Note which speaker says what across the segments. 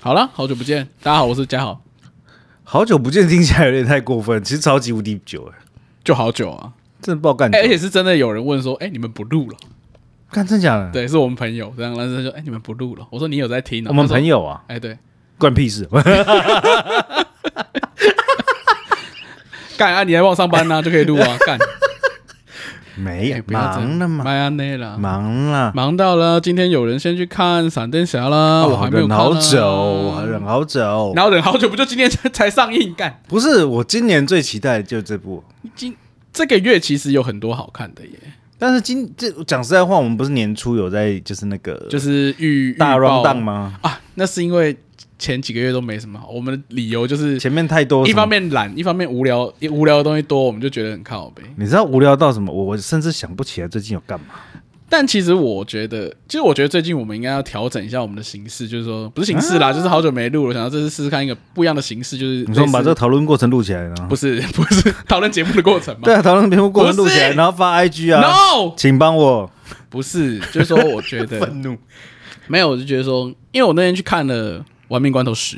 Speaker 1: 好了，好久不见，大家好，我是嘉豪，
Speaker 2: 好久不见，听起来有点太过分，其实超级无敌久了，
Speaker 1: 就好久啊，
Speaker 2: 真的不好干久。嗯
Speaker 1: 哎、而且是真的有人问说，哎、你们不录了？
Speaker 2: 干真假的？，
Speaker 1: 对，是我们朋友这样，但是他说，哎、你们不录了？我说你有在听、啊？
Speaker 2: 我们朋
Speaker 1: 友，
Speaker 2: 友啊，
Speaker 1: 哎、对，
Speaker 2: 关屁 事。
Speaker 1: 干啊，你来帮我上班呢、就可以录 啊，干，
Speaker 2: 没
Speaker 1: 哎
Speaker 2: 有，
Speaker 1: 不要这样
Speaker 2: 忙了嘛，
Speaker 1: 麦安内了。
Speaker 2: 忙了。
Speaker 1: 忙到了，今天有人先去看《闪电侠》啦，我还没有
Speaker 2: 哦忍
Speaker 1: 看、啊
Speaker 2: 好久，，忍好久。
Speaker 1: 然后忍好久，不就今天才才上映？干，
Speaker 2: 不是我今年最期待的就是这部，
Speaker 1: 今这个月其实有很多好看的耶，
Speaker 2: 但是今这讲实在话，我们不是年初有在就是那个
Speaker 1: 就是预
Speaker 2: 呃大
Speaker 1: 预报
Speaker 2: round down 吗？
Speaker 1: 啊，那是因为前几个月都没什么好，我们的理由就是
Speaker 2: 前面太多，
Speaker 1: 一方。面懒，一方面无聊，一无聊的东西多，我们就觉得很靠背。
Speaker 2: 你知道无聊到什么？我我甚至想不起来最近有干嘛。
Speaker 1: 但其实我觉得，其实我觉得最近我们应该要调整一下我们的形式，就是说不是形式啦，就是好久没录了，想要这次试试看一个不一样的形式，就是
Speaker 2: 啊你说我们把
Speaker 1: 类
Speaker 2: 这
Speaker 1: 似
Speaker 2: 个讨论过程录起来呢？
Speaker 1: 不是 不是讨论节目的过程吗
Speaker 2: 对啊，讨论节目过程录起
Speaker 1: 不
Speaker 2: 来，
Speaker 1: 是
Speaker 2: 然后发 IG 啊。
Speaker 1: ？No，
Speaker 2: 请帮我
Speaker 1: 不是，就是说我觉 得
Speaker 2: 怒
Speaker 1: 没有，我就觉得说，因为我那天去看了《玩命关头十》，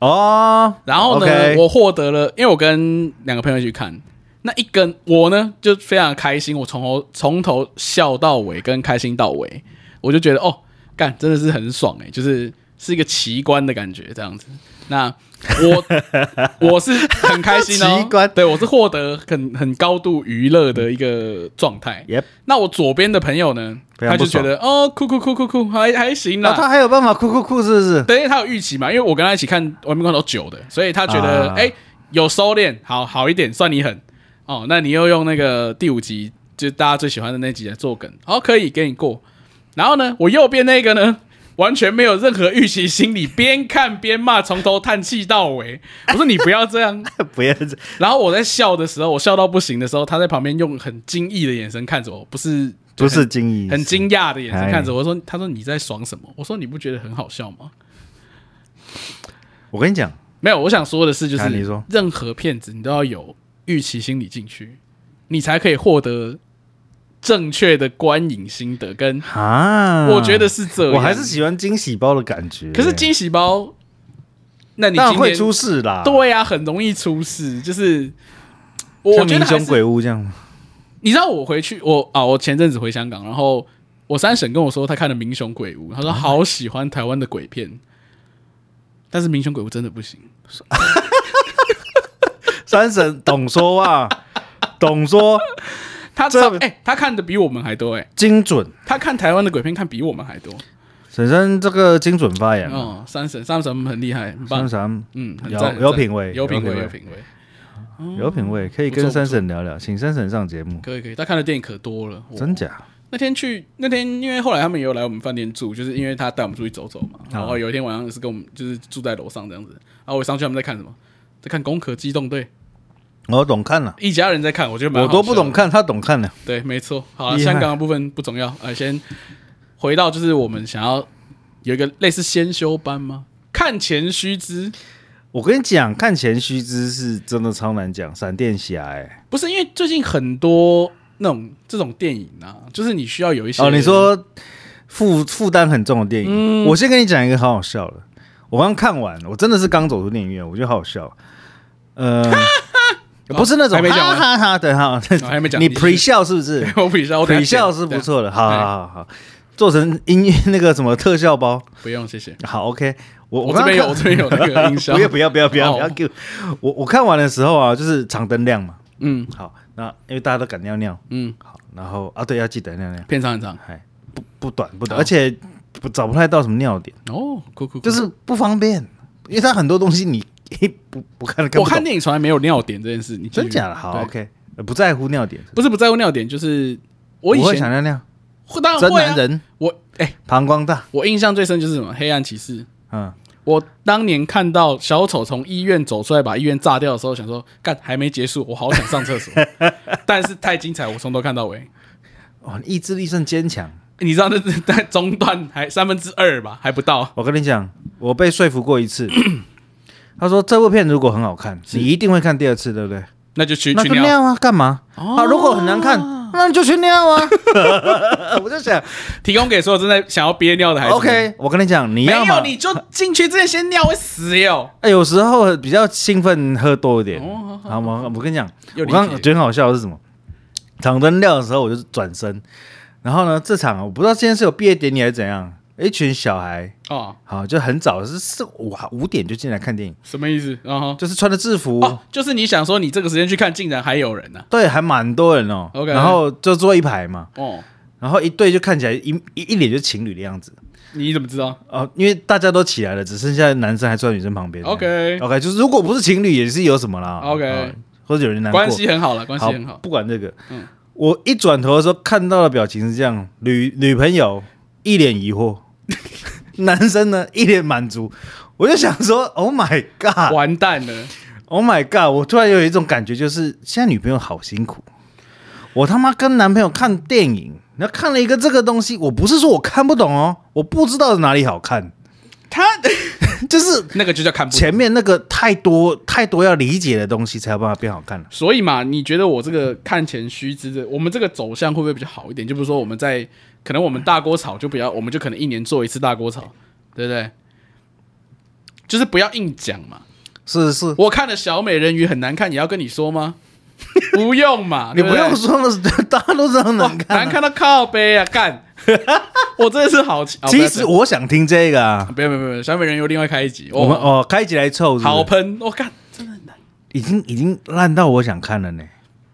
Speaker 2: 哦。
Speaker 1: 然后呢
Speaker 2: OK
Speaker 1: 我获得了，因为我跟两个朋友一起去看，那一根我呢就非常开心，我从头从头笑到尾，跟开心到尾，我就觉得哦，干真的是很爽哎、就是是一个奇观的感觉这样子。那我我 是很开心哦，
Speaker 2: 奇观
Speaker 1: 对我是获得很很高度娱乐的一个状态。
Speaker 2: Yep
Speaker 1: 那我左边的朋友呢，
Speaker 2: 非
Speaker 1: 他
Speaker 2: 常
Speaker 1: 就
Speaker 2: 不
Speaker 1: 觉
Speaker 2: 爽
Speaker 1: 得哦，酷酷酷酷酷，还还行啦，
Speaker 2: 那哦他还有办法哭哭哭，是不是？
Speaker 1: 对，因为他有预期嘛，因为我跟他一起看《亡命关头九》的，所以他觉得哎、
Speaker 2: 啊
Speaker 1: 诶有收敛，好好一点，算你狠哦。那你又用那个第五集，就是大家最喜欢的那集来做梗，好、可以给你过。然后呢，我右边那个呢， 完全没有任何预期心理，边看边骂，从头叹气到 尾。我说你 不要这样。
Speaker 2: 不要这
Speaker 1: 然后我在笑的时候，我笑到不行的时候，他在旁边用很惊异的眼神看着我，不是
Speaker 2: 不是惊异，
Speaker 1: 很惊讶的眼神
Speaker 2: 哎
Speaker 1: 看着我。我说，他说你在爽什么？我说你不觉得很好笑吗？
Speaker 2: 我跟你讲，
Speaker 1: 没有，我想说的是，就是
Speaker 2: 啊你说
Speaker 1: 任何骗子你都要有预期心理进去，你才可以获得正确的观影心得。跟
Speaker 2: 啊，
Speaker 1: 我觉得是这样，
Speaker 2: 我还是喜欢惊喜包的感觉。
Speaker 1: 可是惊喜包，那你今
Speaker 2: 当然
Speaker 1: 天
Speaker 2: 会出啊事啦，，
Speaker 1: 对呀、很容易出事。就是我
Speaker 2: 像
Speaker 1: 觉
Speaker 2: 迷
Speaker 1: 得还
Speaker 2: 踪
Speaker 1: 是
Speaker 2: 鬼屋这样。
Speaker 1: 你知道，我回去我啊，我前阵子回香港，然后我三婶跟我说，她看了《民雄鬼屋》，她
Speaker 2: 啊
Speaker 1: 说好喜欢台湾的鬼片，但是《民雄鬼屋》真的不行。
Speaker 2: 三婶懂说 话，懂说
Speaker 1: 她
Speaker 2: 这
Speaker 1: 超哎、她看的比我们还多哎、
Speaker 2: 精准，
Speaker 1: 他看台湾的鬼片看比我们还多。
Speaker 2: 婶婶这个精准发言，
Speaker 1: 哦，三神三神很厉害，很棒
Speaker 2: 啊三。婶
Speaker 1: 嗯，很
Speaker 2: 有
Speaker 1: 赞
Speaker 2: 有
Speaker 1: 很赞
Speaker 2: 品味
Speaker 1: 有品
Speaker 2: 有品味
Speaker 1: 有品味，
Speaker 2: 有品味，可以
Speaker 1: 哦不错
Speaker 2: 跟
Speaker 1: 不错
Speaker 2: 三婶聊聊，请三婶上节目，
Speaker 1: 可以可以。他看的电影可多了，我
Speaker 2: 真假？
Speaker 1: 那天去那天，因为后来他们也有来我们饭店住，就是因为他带我们出去走走嘛。
Speaker 2: 啊
Speaker 1: 然后有一天晚上是跟我们就是住在楼上这样子，然后我上去他们在看什么，在看《攻壳机动队》，
Speaker 2: 我懂看了，
Speaker 1: 一家人在看，我觉得蛮
Speaker 2: 我
Speaker 1: 好
Speaker 2: 都
Speaker 1: 笑
Speaker 2: 不
Speaker 1: 的
Speaker 2: 懂。看，他懂看了。
Speaker 1: 对，没错。好了，
Speaker 2: 厉害
Speaker 1: 香港的部分不重要，呃，先回到就是我们想要有一个类似先修班吗？看前须知。
Speaker 2: 我跟你讲，看前须知是真的超难讲，闪电侠哎、
Speaker 1: 不是因为最近很多那种这种电影啊，就是你需要有一些
Speaker 2: 哦，你 说负负担很重的电影，
Speaker 1: 嗯
Speaker 2: 我先跟你讲一个好好笑的，我刚看完，我真的是刚走出电影院，我觉得好好笑， 呃，不是那
Speaker 1: 哦
Speaker 2: 种
Speaker 1: 还没讲完
Speaker 2: 哈哈哈，对哈，
Speaker 1: 哦还没讲
Speaker 2: 你
Speaker 1: 你
Speaker 2: pre 笑是不是
Speaker 1: 我比较我等
Speaker 2: ？pre
Speaker 1: 一下
Speaker 2: 笑
Speaker 1: 剪
Speaker 2: 是不
Speaker 1: 对
Speaker 2: 错的，好好好好，做成音乐那个什么特效包，
Speaker 1: 不用谢谢，
Speaker 2: 好 OK，我
Speaker 1: 我
Speaker 2: 我
Speaker 1: 这
Speaker 2: 刚
Speaker 1: 边
Speaker 2: 刚
Speaker 1: 有我
Speaker 2: 看
Speaker 1: 这边有那 个音效
Speaker 2: 不，要不要不要不要
Speaker 1: 哦
Speaker 2: 不要给我，我我看完的时候啊，就是长灯亮嘛，
Speaker 1: 嗯
Speaker 2: 好，那因为大家都敢尿尿。
Speaker 1: 嗯，
Speaker 2: 好，然后啊，对，要记得尿尿，
Speaker 1: 片长很长
Speaker 2: 哎，不不短不短，
Speaker 1: 好
Speaker 2: 而且不找不太到什么尿点，
Speaker 1: 哦，酷酷酷，
Speaker 2: 就是不方便，因为它很多东西你 不不看看
Speaker 1: 我
Speaker 2: 不
Speaker 1: 看
Speaker 2: 懂，
Speaker 1: 电影从来没有尿点这件事，你继续
Speaker 2: 真假的好
Speaker 1: 对
Speaker 2: OK，呃不在乎尿点，
Speaker 1: 不是不在乎尿点，就是我
Speaker 2: 我
Speaker 1: 以
Speaker 2: 会想
Speaker 1: 前
Speaker 2: 尿尿，
Speaker 1: 会当然
Speaker 2: 真
Speaker 1: 会
Speaker 2: 男
Speaker 1: 啊，
Speaker 2: 人
Speaker 1: 我哎，
Speaker 2: 膀胱大，
Speaker 1: 我印象最深就是什么黑暗骑士。
Speaker 2: 嗯，
Speaker 1: 我当年看到小丑从医院走出来，把医院炸掉的时候，想说干还没结束，我好想上厕 所，但是太精彩，我从头看到尾。
Speaker 2: 哦，意志力算坚强。
Speaker 1: 你知道那 是在中段还三分之二吧，还不到。
Speaker 2: 我跟你讲，我被说服过 一次，他说这部片如果很好看，你一定会看第二次，对不对？
Speaker 1: 那就去
Speaker 2: 那
Speaker 1: 去
Speaker 2: 就
Speaker 1: 尿哦
Speaker 2: 尿啊，干嘛？啊，如果很难看，那你就去尿啊！ 我 就想
Speaker 1: 提供给所有正在想要憋尿的孩子们。
Speaker 2: ，OK，我跟你讲，
Speaker 1: 没
Speaker 2: 你要
Speaker 1: 有
Speaker 2: 嘛，
Speaker 1: 你就进去之前先尿会死哟。
Speaker 2: 哎有时候比较兴奋，喝多一点。
Speaker 1: 哦
Speaker 2: 好吗？我跟你讲，
Speaker 1: 又
Speaker 2: 我
Speaker 1: 理
Speaker 2: 刚
Speaker 1: 解
Speaker 2: 觉得很好笑的是什么？场灯亮的时候，我就转身，然后呢，这场啊我不知道今天是有毕业典礼还是怎样，哎一群小孩，
Speaker 1: 哦，
Speaker 2: 好，就很早是四五五点就进来看电影，
Speaker 1: 什么意思？啊哈，
Speaker 2: 就是穿着制服，
Speaker 1: 哦，就是你想说你这个时间去看，竟然还有人啊呢、
Speaker 2: 对，还蛮多人哦。
Speaker 1: OK
Speaker 2: 然后就坐一排嘛，
Speaker 1: 哦，
Speaker 2: 然后一对就看起来一一一脸就是情侣的样子
Speaker 1: 你怎么知道？
Speaker 2: 哦，因为大家都起来了，只剩下男生还坐在女生旁边。
Speaker 1: OK
Speaker 2: OK，就是如果不是情侣，也是有什么啦。
Speaker 1: OK
Speaker 2: 哦或者有人难过，
Speaker 1: 关系很好了，关系
Speaker 2: 好
Speaker 1: 很好。
Speaker 2: 不管这个，
Speaker 1: 嗯
Speaker 2: 我一转头的时候看到的表情是这样：女女朋友一脸 疑惑，男生呢一脸满足。我就想说，Oh my
Speaker 1: 完蛋了，
Speaker 2: God，Oh my God！我突然有一种感觉，就是现在女朋友好辛苦。我他妈跟男朋友看电影，然后看了一个这个东西，我不是说我看不懂哦，我不知道哪里好看，
Speaker 1: 他
Speaker 2: 就是
Speaker 1: 那个就叫看不懂。
Speaker 2: 前面那个太多太多要理解的东西，才有办法变好看了。
Speaker 1: 所以嘛，你觉得我这个看前须知的，我们这个走向会不会比较好一点？就比如说我们在可能我们大锅炒就不要，我们就可能一年做一次大锅炒，对不对？就是不要硬讲嘛。
Speaker 2: 是是，
Speaker 1: 我看了小美人鱼很难看，也要跟你说吗？不用嘛，
Speaker 2: 你
Speaker 1: 啊对
Speaker 2: 不
Speaker 1: 不对
Speaker 2: 用说了，大家都知道
Speaker 1: 哇
Speaker 2: 难看啊、
Speaker 1: 难看到靠背啊，干！ 我真的是好奇。哦
Speaker 2: 其实我想听这个啊，
Speaker 1: 不要不要不要不要，小美人鱼有另外开一集，
Speaker 2: 我们
Speaker 1: 哦、
Speaker 2: 哦开起来凑是不是
Speaker 1: 好喷，我、干，真的很难。
Speaker 2: 已经已经烂到我想看了呢。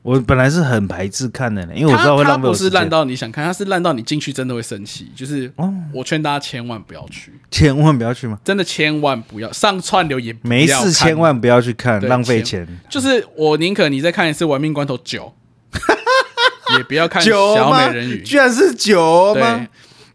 Speaker 2: 我本来是很排斥看的呢，因为我知道会
Speaker 1: 他他
Speaker 2: 浪费我
Speaker 1: 不是
Speaker 2: 时间
Speaker 1: 烂到你想看，他是烂到你进去真的会生气。就是
Speaker 2: 哦
Speaker 1: 我劝大家千万不要去，
Speaker 2: 千万不要去吗？
Speaker 1: 真的千万不要上串流也不要
Speaker 2: 没事，
Speaker 1: 看
Speaker 2: 千。万不要去看，
Speaker 1: 对
Speaker 2: 浪费钱。
Speaker 1: 就是我宁可你再看一次《玩命关头 九》，也不要看
Speaker 2: 酒
Speaker 1: 小
Speaker 2: 吗
Speaker 1: 美人鱼。
Speaker 2: 居然是酒
Speaker 1: 对，
Speaker 2: 吗？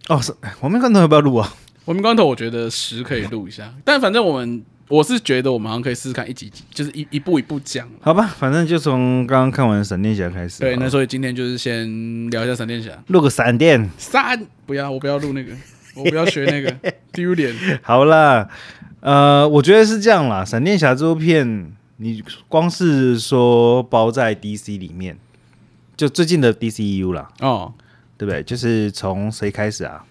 Speaker 1: 《
Speaker 2: 哦，是我们看头要不要录啊？
Speaker 1: 玩命关头》我觉得十可以录一下，但反正我们我是觉得我们好像可以试试看一集一集，就是一一步一步讲。
Speaker 2: 好吧，反正就从刚刚看完《闪电侠》开始。
Speaker 1: 对，
Speaker 2: 好
Speaker 1: 那所以今天就是先聊一下闪电侠
Speaker 2: 录个闪电，
Speaker 1: 三，不要，我不要录那个，我不要学那 个丢脸。
Speaker 2: 好啦，呃，我觉得是这样啦，《闪电侠》这部片，你光是说包在 DC 里面，就最近的 DCU 啦，
Speaker 1: 哦，
Speaker 2: 对不对？就是从谁开始啊？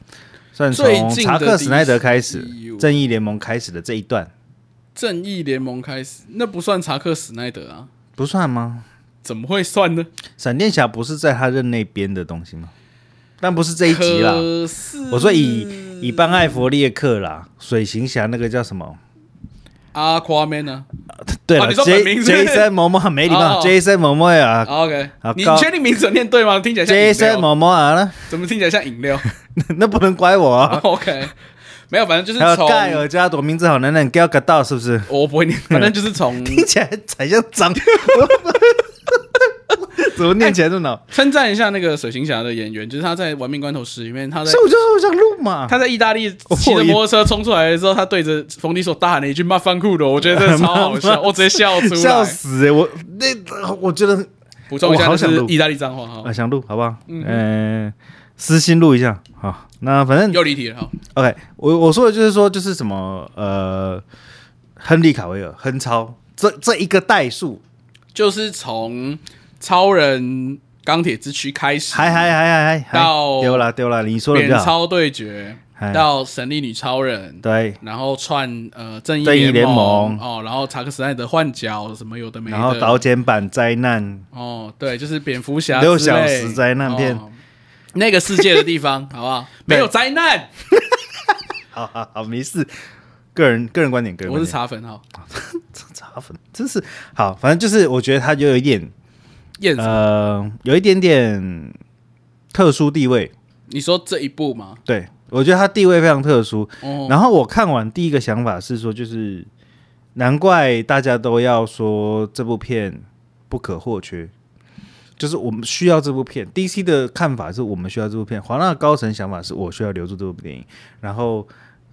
Speaker 2: 算
Speaker 1: 最
Speaker 2: 从
Speaker 1: 近的 E
Speaker 2: 查克·史奈德开始，
Speaker 1: DCU
Speaker 2: 《正义联盟》开始的这一段，
Speaker 1: 正义联盟开始，那不算查克史奈德啊，
Speaker 2: 不算吗？
Speaker 1: 怎么会算呢？
Speaker 2: 闪电侠不是在他任内编的东西吗？但不是这一集啦。
Speaker 1: 可是
Speaker 2: 我说以以班艾佛列克啦，水行侠那个叫什么？
Speaker 1: 阿夸 man 呢
Speaker 2: 对
Speaker 1: 哦
Speaker 2: 了
Speaker 1: 你说本名是不是
Speaker 2: ，Jason 某某没礼
Speaker 1: 哦
Speaker 2: 貌，Jason 某某
Speaker 1: 啊
Speaker 2: 啊
Speaker 1: ？OK，
Speaker 2: 好
Speaker 1: 你
Speaker 2: 高
Speaker 1: 确定名字有念对吗？听起来像饮
Speaker 2: ，Jason
Speaker 1: 料，
Speaker 2: 某某啊，那
Speaker 1: 怎么听起来像饮料
Speaker 2: 那 不能怪我 啊。
Speaker 1: ？OK，没有，反正就
Speaker 2: 还
Speaker 1: 是
Speaker 2: 有盖
Speaker 1: 从嗯
Speaker 2: 尔加朵名字好难念 g a l g a d o 是不是？
Speaker 1: 我不会念，反正就是从
Speaker 2: 听起来才像脏， 怎么念起来这么恼？
Speaker 1: 称赞一下那个水行侠的演员，就是他在《玩命关头十》里面，他在
Speaker 2: 所以我就说我想录嘛。
Speaker 1: 哎他在意大利骑着摩托车冲出来的时候，他对着冯迪索大喊了一句“骂翻裤的”，我觉得 真的超好笑，我直接笑出来。
Speaker 2: 笑死、欸！我那我觉得
Speaker 1: 补充一下，
Speaker 2: 我
Speaker 1: 就
Speaker 2: 好想
Speaker 1: 是
Speaker 2: 录
Speaker 1: 意大利脏话哈
Speaker 2: 啊，。想录好不好？嗯、私信录一下。好，那反正
Speaker 1: 又离题了哈。
Speaker 2: OK 我。我说的就是说，就是什么呃，亨利卡维尔、亨超这这一个代数，
Speaker 1: 就是从超人、钢铁之躯开始，
Speaker 2: 还还还还还
Speaker 1: 到
Speaker 2: 丢了丢了，你说的比
Speaker 1: 扁
Speaker 2: 较好。哎
Speaker 1: 超对决
Speaker 2: 嗨，
Speaker 1: 到神力女超人，
Speaker 2: 对，
Speaker 1: 然后串呃正义
Speaker 2: 正义
Speaker 1: 联
Speaker 2: 联盟
Speaker 1: 哦，然后查克·史奈德换角什么有的没的，
Speaker 2: 然后导剪版灾难，
Speaker 1: 哦，对，就是蝙蝠侠
Speaker 2: 六
Speaker 1: 之类
Speaker 2: 小时灾难片
Speaker 1: 哦那个世界的地方， 好不好？没有灾难，
Speaker 2: 好好好，没事。个人个人观点，个人
Speaker 1: 我
Speaker 2: 观
Speaker 1: 是
Speaker 2: 点。
Speaker 1: 茶粉哈，
Speaker 2: 茶粉真是好，反正就是我觉得他就有一点
Speaker 1: 燕子，
Speaker 2: 呃，有一点点特殊地位。
Speaker 1: 你说这一部吗？
Speaker 2: 对，我觉得他地位非常特殊。
Speaker 1: 哦，
Speaker 2: 然后我看完第一个想法是说，就是难怪大家都要说这部片不可或缺，就是我们需要这部片。DC 的看法是我们需要这部片，华纳的高层想法是我需要留住这部电影。然后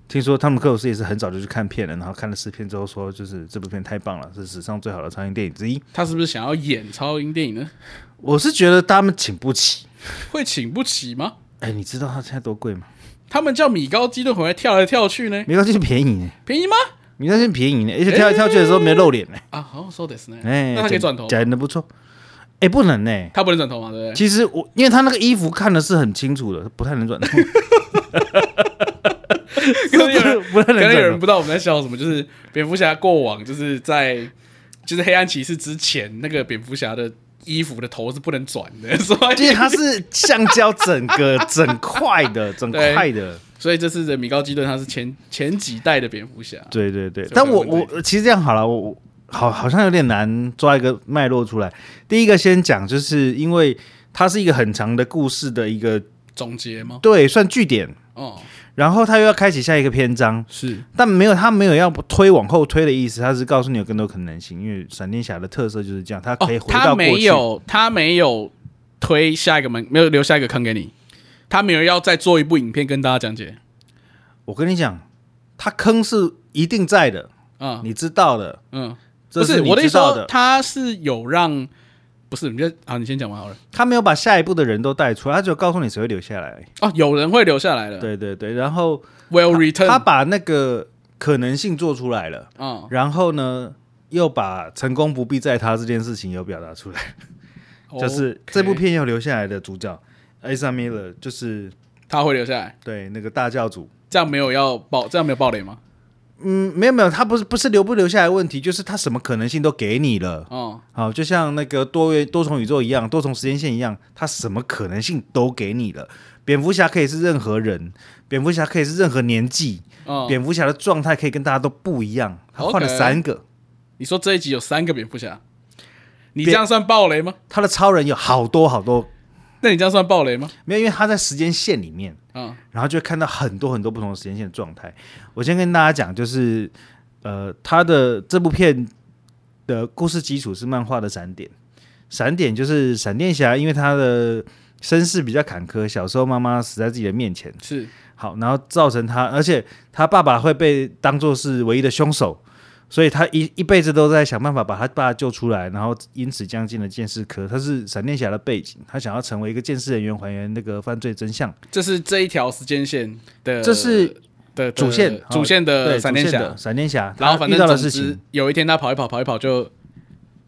Speaker 2: 听说汤姆克鲁斯也是很早就去看片了，然后看了试片之后说，就是这部片太棒了，是史上最好的超英电影之一。
Speaker 1: 他是不是想要演超英电影呢？
Speaker 2: 我是觉得他们请不起。
Speaker 1: 会请不起吗？
Speaker 2: 哎，你知道它现在多贵吗？
Speaker 1: 他们叫米高基顿回来跳来跳去呢，
Speaker 2: 没关系，便宜呢。
Speaker 1: 便宜吗？
Speaker 2: 米高线便宜呢，而且跳来跳去的时候没露脸呢。
Speaker 1: 啊，好像说的是呢。
Speaker 2: 哎，
Speaker 1: 哎那他可以
Speaker 2: 讲
Speaker 1: 转头吗
Speaker 2: 讲的不错。哎、不能呢、
Speaker 1: 他不能转头嘛，对不对？
Speaker 2: 其实我，因为他那个衣服看的是很清楚的，不太 能转头，
Speaker 1: 可能 有人
Speaker 2: 不
Speaker 1: 可
Speaker 2: 太能
Speaker 1: 能有
Speaker 2: 转
Speaker 1: 人
Speaker 2: 头。
Speaker 1: 不知道我们在笑什么，就是蝙蝠侠过往就是在就是黑暗骑士之前，那个蝙蝠侠的衣服的头是不能转的， 所
Speaker 2: 因为
Speaker 1: 以
Speaker 2: 它是橡胶整个整块的，整
Speaker 1: 对
Speaker 2: 块的，
Speaker 1: 所以这次的米高基顿他是前前几代的蝙蝠侠，
Speaker 2: 对对对
Speaker 1: 这。
Speaker 2: 但
Speaker 1: 个
Speaker 2: 我
Speaker 1: 问题
Speaker 2: 我其实这样好了，我我好好像有点难抓一个脉络出来。第一个先讲，就是因为它是一个很长的故事的一个
Speaker 1: 总结吗？
Speaker 2: 对算据点，
Speaker 1: 哦，
Speaker 2: 然后它又要开启下一个篇章，
Speaker 1: 是
Speaker 2: 但没有，他没有要推往后推的意思，他是告诉你有更多可能性，因为闪电侠的特色就是这样，他
Speaker 1: 哦
Speaker 2: 可以，回
Speaker 1: 他
Speaker 2: 到过
Speaker 1: 没
Speaker 2: 去。
Speaker 1: 有他没有推下一个门，没有留下一个坑给你，他没有要再做一部影片跟大家讲解。
Speaker 2: 我跟你讲，他坑是一定在的，
Speaker 1: 嗯
Speaker 2: 你知道的，
Speaker 1: 嗯，
Speaker 2: 这
Speaker 1: 不是
Speaker 2: 你
Speaker 1: 我的意
Speaker 2: 知
Speaker 1: 思
Speaker 2: 道
Speaker 1: 说，
Speaker 2: 的。
Speaker 1: 他是有让不是你就啊，你先讲完好了。
Speaker 2: 他没有把下一步的人都带出来，他只有告诉你谁会留下来。
Speaker 1: 哦，有人会留下来了。
Speaker 2: 对对对，然后
Speaker 1: ，Will return
Speaker 2: 他把那个可能性做出来了，
Speaker 1: 嗯，
Speaker 2: 然后呢，又把成功不必在他这件事情有表达出来，
Speaker 1: 哦
Speaker 2: 就是这部
Speaker 1: OK，
Speaker 2: 片要留下来的主角 a s a Miller，就是
Speaker 1: 他会留下来，
Speaker 2: 对那个大教主。
Speaker 1: 这样没有要爆，这样没有爆雷吗？
Speaker 2: 嗯，没有没有，他不是不是留不留下来的问题，就是他什么可能性都给你了。
Speaker 1: 哦，
Speaker 2: 好，就像那个多元多重宇宙一样，多重时间线一样，他什么可能性都给你了。蝙蝠侠可以是任何人，蝙蝠侠可以是任何年纪，
Speaker 1: 哦，
Speaker 2: 蝙蝠侠的状态可以跟大家都不一样。他
Speaker 1: OK
Speaker 2: 换了三个，
Speaker 1: 你说这一集有三个蝙蝠侠，你这
Speaker 2: 蝙
Speaker 1: 样算爆雷吗？
Speaker 2: 他的超人有好多好多，
Speaker 1: 那你这样算爆雷吗？
Speaker 2: 没有，因为他在时间线里面，
Speaker 1: 啊，
Speaker 2: 然后就会看到很多很多不同的时间线的状态。我先跟大家讲，就是呃，他的这部片的故事基础是漫画的闪点，闪点就是闪电侠，因为他的身世比较坎坷，小时候妈妈死在自己的面前，
Speaker 1: 是
Speaker 2: 好，然后造成他，而且他爸爸会被当做是唯一的凶手。所以他一一辈子都在想办法把他爸救出来，然后因此将进了剑士科。他是闪电侠的背景，他想要成为一个剑士人员，还原那个犯罪真相。
Speaker 1: 这是这一条时间线的，
Speaker 2: 这是
Speaker 1: 的
Speaker 2: 主线
Speaker 1: 呃
Speaker 2: 啊
Speaker 1: 主线
Speaker 2: 对，
Speaker 1: 的
Speaker 2: 主
Speaker 1: 闪电
Speaker 2: 线
Speaker 1: 侠
Speaker 2: 的。闪电侠，
Speaker 1: 然后反
Speaker 2: 他遇
Speaker 1: 正
Speaker 2: 到的
Speaker 1: 总
Speaker 2: 事
Speaker 1: 之
Speaker 2: 情，
Speaker 1: 有一天他跑一跑，跑一跑就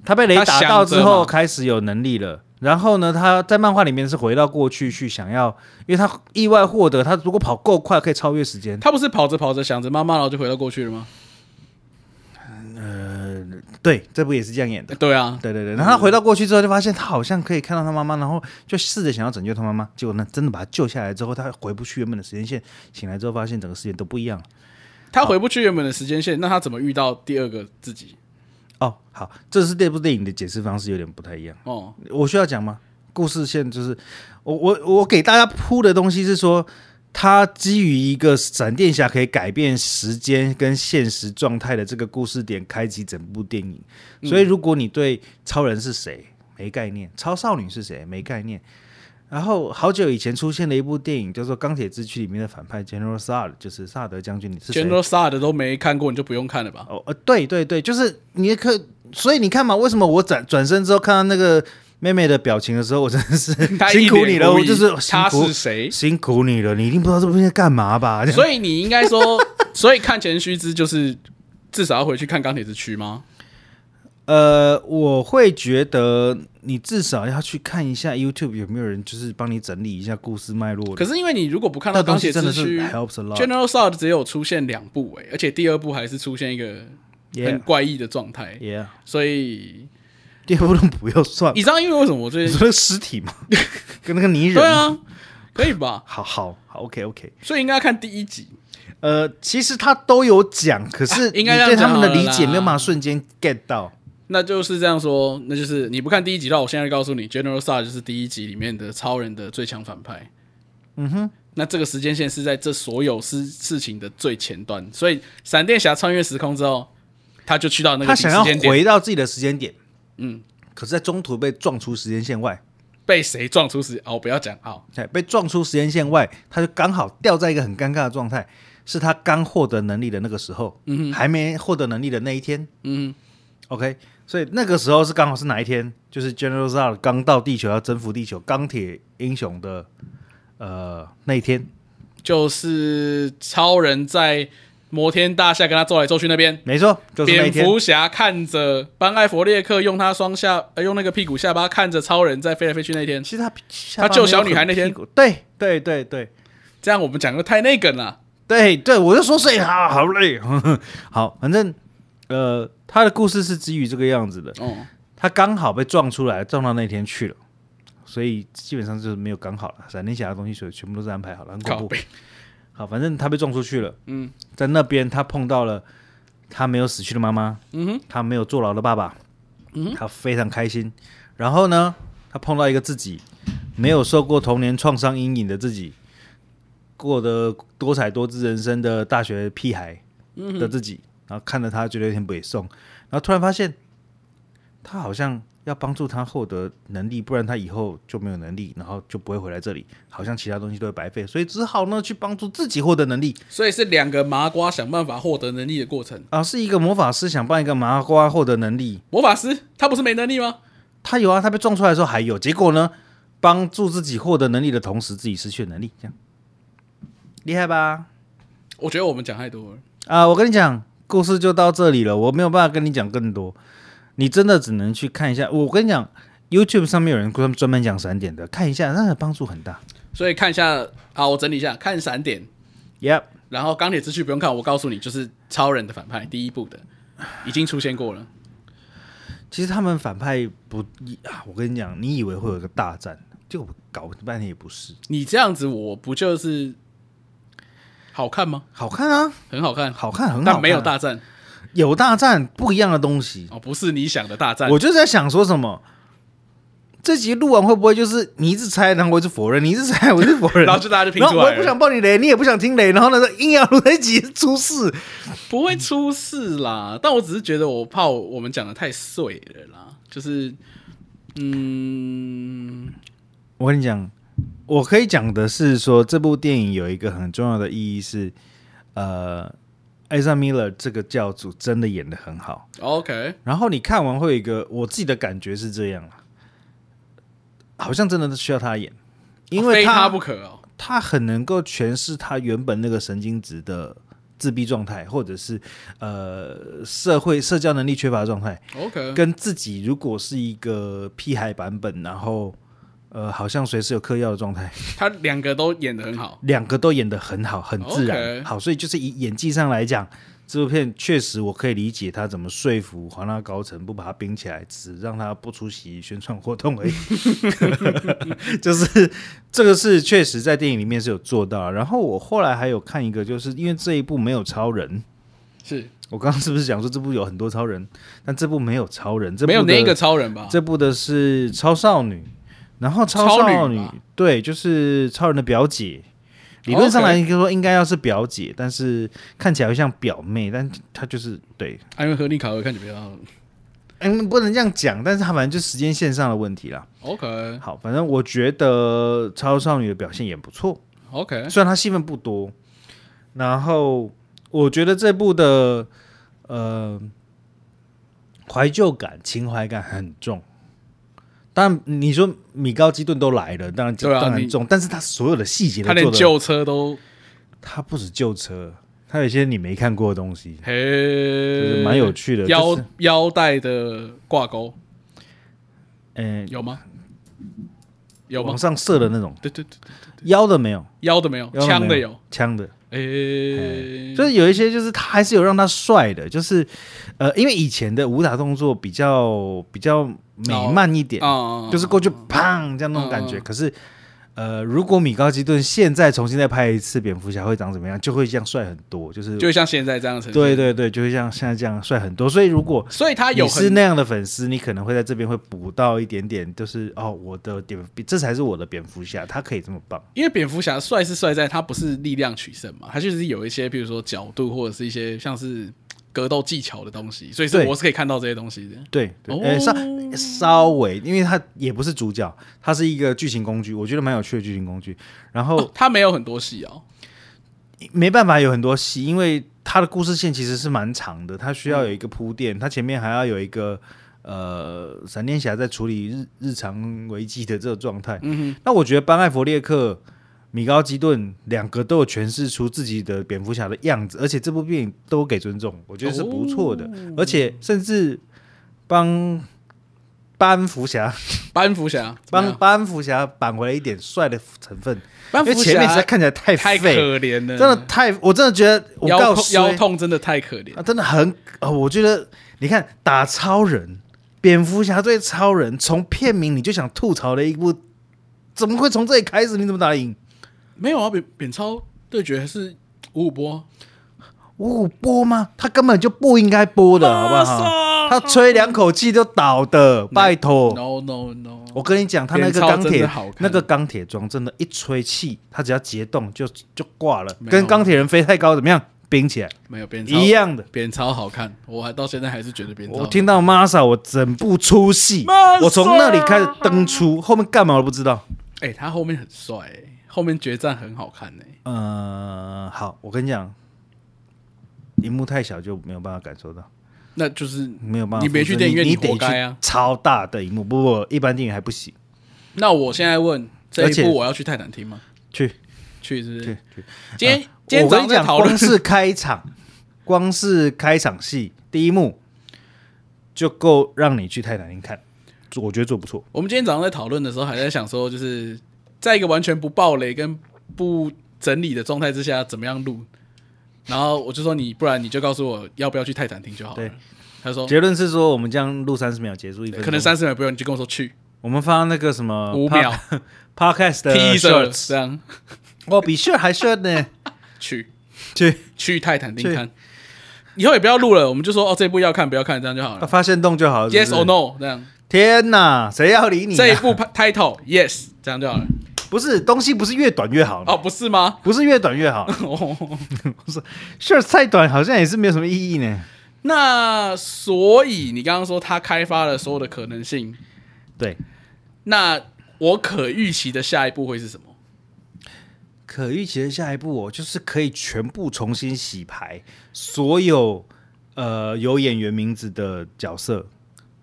Speaker 2: 他被雷打
Speaker 1: 他
Speaker 2: 到
Speaker 1: 想着
Speaker 2: 之后
Speaker 1: 嘛
Speaker 2: 开始有能力了。然后呢，他在漫画里面是回到过去去想要，因为他意外获得，他如果跑够快可以超越时间。
Speaker 1: 他不是跑着跑着想着妈妈，然后就回到过去了吗？
Speaker 2: 对，这部也是这样演的
Speaker 1: 呃。对啊，
Speaker 2: 对对对，然后他回到过去之后，就发现他好像可以看到他妈妈，然后就试着想要拯救他妈妈。结果呢，真的把他救下来之后，他回不去原本的时间线。醒来之后，发现整个世界都不一样了。
Speaker 1: 他回不去原本的时间线，那他怎么遇到第二个自己？
Speaker 2: 哦，好，这是这部电影的解释方式有点不太一样。
Speaker 1: 哦，
Speaker 2: 我需要讲吗？故事线就是我我我给大家铺的东西是说，它基于一个闪电侠可以改变时间跟现实状态的这个故事点开启整部电影。所以如果你对超人是谁没概念，超少女是谁没概念。然后好久以前出现的一部电影叫做《钢铁之躯》，里面的反派 General Zod 就是萨德将军，你是谁？
Speaker 1: General s a r 的都没看过，你就不用看了 吧？
Speaker 2: 哦，呃，对对对，就是你可，所以你看嘛，为什么我转转身之后看到那个妹妹的表情的时候，我真的 是
Speaker 1: 他
Speaker 2: 辛苦你了，我就是辛
Speaker 1: 他
Speaker 2: 苦
Speaker 1: 是谁？
Speaker 2: 辛苦你了，你一定不知道这部片在干嘛吧？
Speaker 1: 所以你应该说，所以看前须知就是至少要回去看钢铁之躯吗？
Speaker 2: 呃，我会觉得你至少要去看一下 YouTube 有没有人就是帮你整理一下故事脉络
Speaker 1: 可
Speaker 2: 的。
Speaker 1: 是因为你如果不看
Speaker 2: 那
Speaker 1: 到
Speaker 2: 东
Speaker 1: 钢
Speaker 2: 西
Speaker 1: 铁
Speaker 2: 真的
Speaker 1: 之
Speaker 2: 是
Speaker 1: 躯
Speaker 2: helps a lot。
Speaker 1: ，General Sod 只有出现两部欸诶、而且第二部还是出现一个很
Speaker 2: Yeah,
Speaker 1: 怪异的状态，
Speaker 2: yeah，
Speaker 1: 所以
Speaker 2: 第二部都不要算。
Speaker 1: 以上因为为什么我最
Speaker 2: 你
Speaker 1: 近
Speaker 2: 说那个尸 体嘛，跟那个泥人
Speaker 1: 对
Speaker 2: 嘛。
Speaker 1: 啊，可以吧？
Speaker 2: 好好好，OK OK。
Speaker 1: 所以应该看第一集，
Speaker 2: 呃，其实他都有讲，可是
Speaker 1: 啊应该
Speaker 2: 你
Speaker 1: 这样
Speaker 2: 对他们的
Speaker 1: 讲好
Speaker 2: 理
Speaker 1: 了
Speaker 2: 解没有
Speaker 1: 啦
Speaker 2: 办法瞬间 get 到。
Speaker 1: 那就是这样说，那就是你不看第一集的话，我现在告诉你，General Sod 就是第一集里面的超人的最强反派。
Speaker 2: 嗯哼，
Speaker 1: 那这个时间线是在这所有事事情的最前端，所以闪电侠穿越时空之后，他就去到那
Speaker 2: 他
Speaker 1: 个时
Speaker 2: 想要
Speaker 1: 间点，
Speaker 2: 回到自己的时间点，
Speaker 1: 嗯，
Speaker 2: 可是在中途被撞出时间线外，
Speaker 1: 被谁撞出时？哦，不要讲，好，
Speaker 2: 哎，被撞出时间线外，他就刚好掉在一个很尴尬的状态，是他刚获得能力的那个时候，嗯，还没获得能力的那一天
Speaker 1: 嗯，
Speaker 2: ，OK，所以那个时候是刚好是哪一天？就是 General Zod 刚到地球要征服地球，钢铁英雄的呃那一天，
Speaker 1: 就是超人在摩天大厦跟他揍来揍去那边。
Speaker 2: 没错，就是那一
Speaker 1: 蝙
Speaker 2: 天。
Speaker 1: 蝠侠看着班艾佛列克用他双下、呃、用那个屁股下巴看着超人在飞来飞去那天，
Speaker 2: 其实他下
Speaker 1: 他
Speaker 2: 巴
Speaker 1: 救
Speaker 2: 没有
Speaker 1: 小女孩
Speaker 2: 很
Speaker 1: 那天
Speaker 2: 屁股，对对对对
Speaker 1: 这样我们讲的太那个了。
Speaker 2: 对对，我就说睡好好累， 好，反正呃，他的故事是基于这个样子的，
Speaker 1: 哦，
Speaker 2: 他刚好被撞出来，撞到那天去了，所以基本上就是没有刚好了。闪电侠的东西所以全部都是安排好了，很恐
Speaker 1: 靠
Speaker 2: 怖。
Speaker 1: 背，
Speaker 2: 好，反正他被撞出去了，
Speaker 1: 嗯
Speaker 2: 在那边他碰到了他没有死去的妈妈，
Speaker 1: 嗯哼，
Speaker 2: 他没有坐牢的爸爸，
Speaker 1: 嗯
Speaker 2: 他非常开心。然后呢，他碰到一个自己没有受过童年创伤阴影的自己，过得多彩多姿人生的大学屁孩
Speaker 1: 嗯
Speaker 2: 的自己，然后看着他觉得有点北宋，然后突然发现他好像要帮助他获得能力，不然他以后就没有能力，然后就不会回来这里，好像其他东西都会白费，所以只好呢去帮助自己获得能力。
Speaker 1: 所以是两个麻瓜想办法获得能力的过程。
Speaker 2: 啊，是一个魔法师想帮一个麻瓜获得能力，
Speaker 1: 魔法师他不是没能力吗？
Speaker 2: 他有啊，他被撞出来的时候还有，结果呢，帮助自己获得能力的同时，自己失去了能力，这样厉害吧？
Speaker 1: 我觉得我们讲太多了。
Speaker 2: 啊，我跟你讲，故事就到这里了，我没有办法跟你讲更多，你真的只能去看一下。我跟你讲，YouTube 上面有人专门专门讲闪点的，看一下，那个帮助很大。
Speaker 1: 所以看一下啊，我整理一下，看闪点，
Speaker 2: Yep，
Speaker 1: 然后钢铁之躯不用看，我告诉你，就是超人的反派第一部的，已经出现过了。
Speaker 2: 其实他们反派不啊，我跟你讲，你以为会有一个大战，结果搞半天也不是，
Speaker 1: 你这样子，我不就是好看吗？
Speaker 2: 好看啊，
Speaker 1: 很好看，
Speaker 2: 好看，很好看啊、
Speaker 1: 但没有大战
Speaker 2: 有大战不一样的东西。
Speaker 1: 哦，不是你想的大战。
Speaker 2: 我就是在想说什么，这集录完会不会就是你一直猜，然后我一直否认，你一直猜，我一直否认，
Speaker 1: 然后就大家就拼
Speaker 2: 然
Speaker 1: 出
Speaker 2: 后我
Speaker 1: 来
Speaker 2: 也不
Speaker 1: 了，
Speaker 2: 想爆你雷，你也不想听雷，然后呢硬要录那集出事，
Speaker 1: 不会出事啦。但我只是觉得我怕我们讲的太碎了啦，就是嗯，
Speaker 2: 我跟你讲，我可以讲的是说，这部电影有一个很重要的意义是，呃，艾莎米勒这个教主真的演的很好。
Speaker 1: OK，
Speaker 2: 然后你看完会有一个我自己的感觉是这样啦，好像真的是需要他演，因为
Speaker 1: 非
Speaker 2: 他
Speaker 1: 他不可哦。
Speaker 2: 他很能够诠释他原本那个神经质的自闭状态，或者是呃社会社交能力缺乏的状态，
Speaker 1: OK，
Speaker 2: 跟自己如果是一个屁孩版本，然后呃好像随时有嗑药的状态，
Speaker 1: 他两个都演的很好。
Speaker 2: 两个都演得很好，很自然
Speaker 1: 哦 OK
Speaker 2: 好，所以就是以演技上来讲，这部片确实我可以理解他怎么说服华纳高层不把他冰起来，只让他不出席宣传活动而 已。就是这个是确实在电影里面是有做到的。然后我后来还有看一个，就是因为这一部没有超人，
Speaker 1: 是
Speaker 2: 我刚刚是不是讲说这部有很多超人，但这部没有超人，这部
Speaker 1: 没有
Speaker 2: 的
Speaker 1: 那个超人吧？
Speaker 2: 这部的是超少女，然后超少
Speaker 1: 超
Speaker 2: 女
Speaker 1: 女吧
Speaker 2: 对，就是超人的表姐。理论上来说，应该要是表姐，但是看起来会像表妹，但她就是对，
Speaker 1: 啊因为合力卡尔看起来比较
Speaker 2: 嗯，不能这样讲，但是她反正就时间线上的问题啦。
Speaker 1: OK
Speaker 2: 好，反正我觉得超少女的表现也不错，
Speaker 1: OK，
Speaker 2: 虽然她戏份不多，然后我觉得这部的呃怀旧感、情怀感很重。当然，你说米高基顿都来了，当然、
Speaker 1: 对啊
Speaker 2: 当然
Speaker 1: 你
Speaker 2: 重，但是他所有的细节
Speaker 1: 他
Speaker 2: 都
Speaker 1: 连
Speaker 2: 做的，
Speaker 1: 旧车都
Speaker 2: 他不止旧车，他有一些你没看过的东西，就是
Speaker 1: 嘿，
Speaker 2: 蛮有趣的。
Speaker 1: 呃腰
Speaker 2: 就是
Speaker 1: 腰带的挂钩
Speaker 2: 嗯、
Speaker 1: 有吗？有吗
Speaker 2: 往？上射的那种，
Speaker 1: 对对对，对
Speaker 2: 腰的没有，哎
Speaker 1: 腰的没有，
Speaker 2: 腰
Speaker 1: 枪
Speaker 2: 没
Speaker 1: 的有，，哎
Speaker 2: 枪的
Speaker 1: 诶，
Speaker 2: 就是有一些，就是他还是有让他帅的，就是呃，因为以前的武打动作比较比较美漫一点，
Speaker 1: 啊，
Speaker 2: 就是过去砰这样那种感觉。
Speaker 1: 嗯
Speaker 2: 可是呃，如果米高基顿现在重新再拍一次蝙蝠侠，会长怎么样？就会这样帅很多，就是
Speaker 1: 就像现在这样的程度。
Speaker 2: 对，对对，就会像现在这样帅很多。所以如果
Speaker 1: 所以他有
Speaker 2: 你是
Speaker 1: 很
Speaker 2: 那样的粉丝，你可能会在这边会补到一点点，就是哦，我的蝙，这才是我的蝙蝠侠，他可以这么棒。
Speaker 1: 因为蝙蝠侠帅是帅在他不是力量取胜嘛，他就是有一些比如说角度或者是一些像是格斗技巧的东西，所以是
Speaker 2: 对
Speaker 1: 我是可以看到这些东西的。
Speaker 2: 对，对，
Speaker 1: 哦
Speaker 2: 呃、稍稍微，因为它也不是主角，它是一个剧情工具，我觉得蛮有趣的剧情工具。然后、
Speaker 1: 哦，他没有很多戏哦，
Speaker 2: 没办法有很多戏，因为它的故事线其实是蛮长的，它需要有一个铺垫，它前面还要有一个呃，闪电侠在处理日日常危机的这个状态。
Speaker 1: 嗯哼，
Speaker 2: 那我觉得班艾弗列克，米高基顿两个都有诠释出自己的蝙蝠侠的样子，而且这部电影都给尊重，我觉得是不错的，
Speaker 1: 哦
Speaker 2: 而且甚至帮班福侠
Speaker 1: 班福侠怎么
Speaker 2: 帮
Speaker 1: 样
Speaker 2: 班福侠扳回了一点帅的成分，
Speaker 1: 班
Speaker 2: 因为
Speaker 1: 福
Speaker 2: 前面实
Speaker 1: 侠
Speaker 2: 在看起来太
Speaker 1: 太
Speaker 2: 废，
Speaker 1: 可怜了，
Speaker 2: 真的太，我真的觉得我
Speaker 1: 腰
Speaker 2: 告
Speaker 1: 痛
Speaker 2: 诉
Speaker 1: 腰痛真的太可怜。
Speaker 2: 啊，真的很，呃我觉得你看打超人、蝙蝠侠对超人，从片名你就想吐槽的一部，怎么会从这里开始？你怎么打赢？
Speaker 1: 没有啊，扁扁超对决是五五波，
Speaker 2: 五五哦播吗？他根本就不应该播的，好不好？他吹两口气就倒 的，拜托！
Speaker 1: No no no，
Speaker 2: 我跟你讲，他那
Speaker 1: 扁
Speaker 2: 个
Speaker 1: 超
Speaker 2: 钢
Speaker 1: 真的
Speaker 2: 铁
Speaker 1: 好看
Speaker 2: 那个钢铁装真的，一吹气，他只要结冻就就挂了，
Speaker 1: 没有
Speaker 2: 跟钢铁人飞太高怎么样？冰起来
Speaker 1: 没有扁超
Speaker 2: 一样的。
Speaker 1: 扁超好看，我还到现在还是觉得扁超好
Speaker 2: 我
Speaker 1: 看。
Speaker 2: 听到 Masa，我整部出戏，我从那里开始登出，后面干嘛我都不知道。
Speaker 1: 哎、他后面很帅、欸，后面决战很好看呢、
Speaker 2: 呃，好，我跟你讲，荧幕太小就没有办法感受到，
Speaker 1: 那就是
Speaker 2: 没有办法
Speaker 1: 你
Speaker 2: 复制。
Speaker 1: 没去电影院
Speaker 2: 你
Speaker 1: 你活该啊！
Speaker 2: 得去超大的荧幕，不不，一般电影还不行。
Speaker 1: 那我现在问，这
Speaker 2: 而
Speaker 1: 一
Speaker 2: 且
Speaker 1: 部我要去泰坦厅吗？
Speaker 2: 去
Speaker 1: 去是不
Speaker 2: 去
Speaker 1: 是？
Speaker 2: 去！
Speaker 1: 今天、
Speaker 2: 呃
Speaker 1: 今天
Speaker 2: 我
Speaker 1: 早上
Speaker 2: 跟你
Speaker 1: 在
Speaker 2: 讲，
Speaker 1: 讨论
Speaker 2: 光是开场，光是开场戏第一幕就够让你去泰坦厅看，做我觉得做不错。
Speaker 1: 我们今天早上在讨论的时候，还在想说，就是在一个完全不暴雷跟不整理的状态之下，怎么样录？然后我就说你，不然你就告诉我要不要去泰坦厅就好了
Speaker 2: 对。
Speaker 1: 他说
Speaker 2: 结论是说，我们将录三十秒结束一分钟，
Speaker 1: 可能三十秒不用，你就跟我说去
Speaker 2: 我们放那个什么
Speaker 1: 五秒
Speaker 2: podcast 的
Speaker 1: teaser
Speaker 2: shorts，
Speaker 1: 这样
Speaker 2: 我比 short 还 short 呢。
Speaker 1: 去
Speaker 2: 去
Speaker 1: 去泰坦厅看。以后也不要录了，我们就说哦，这部要看不要看，这样就好了。
Speaker 2: 发现洞就好了。
Speaker 1: Yes
Speaker 2: 哦是不是
Speaker 1: or no 这样，
Speaker 2: 天哪，谁要理你、啊？
Speaker 1: 这一部 title Yes 这样就好了。
Speaker 2: 不是东西，不是越短越好
Speaker 1: 哦，不是吗？。
Speaker 2: 不是越短越好
Speaker 1: 哦，
Speaker 2: shorts 太短好像也是没有什么意义呢。
Speaker 1: 那所以你刚刚说他开发了所有的可能性，
Speaker 2: 对，
Speaker 1: 那我可预期的下一步会是什么？
Speaker 2: 可预期的下一步哦，就是可以全部重新洗牌，所有呃有演员名字的角色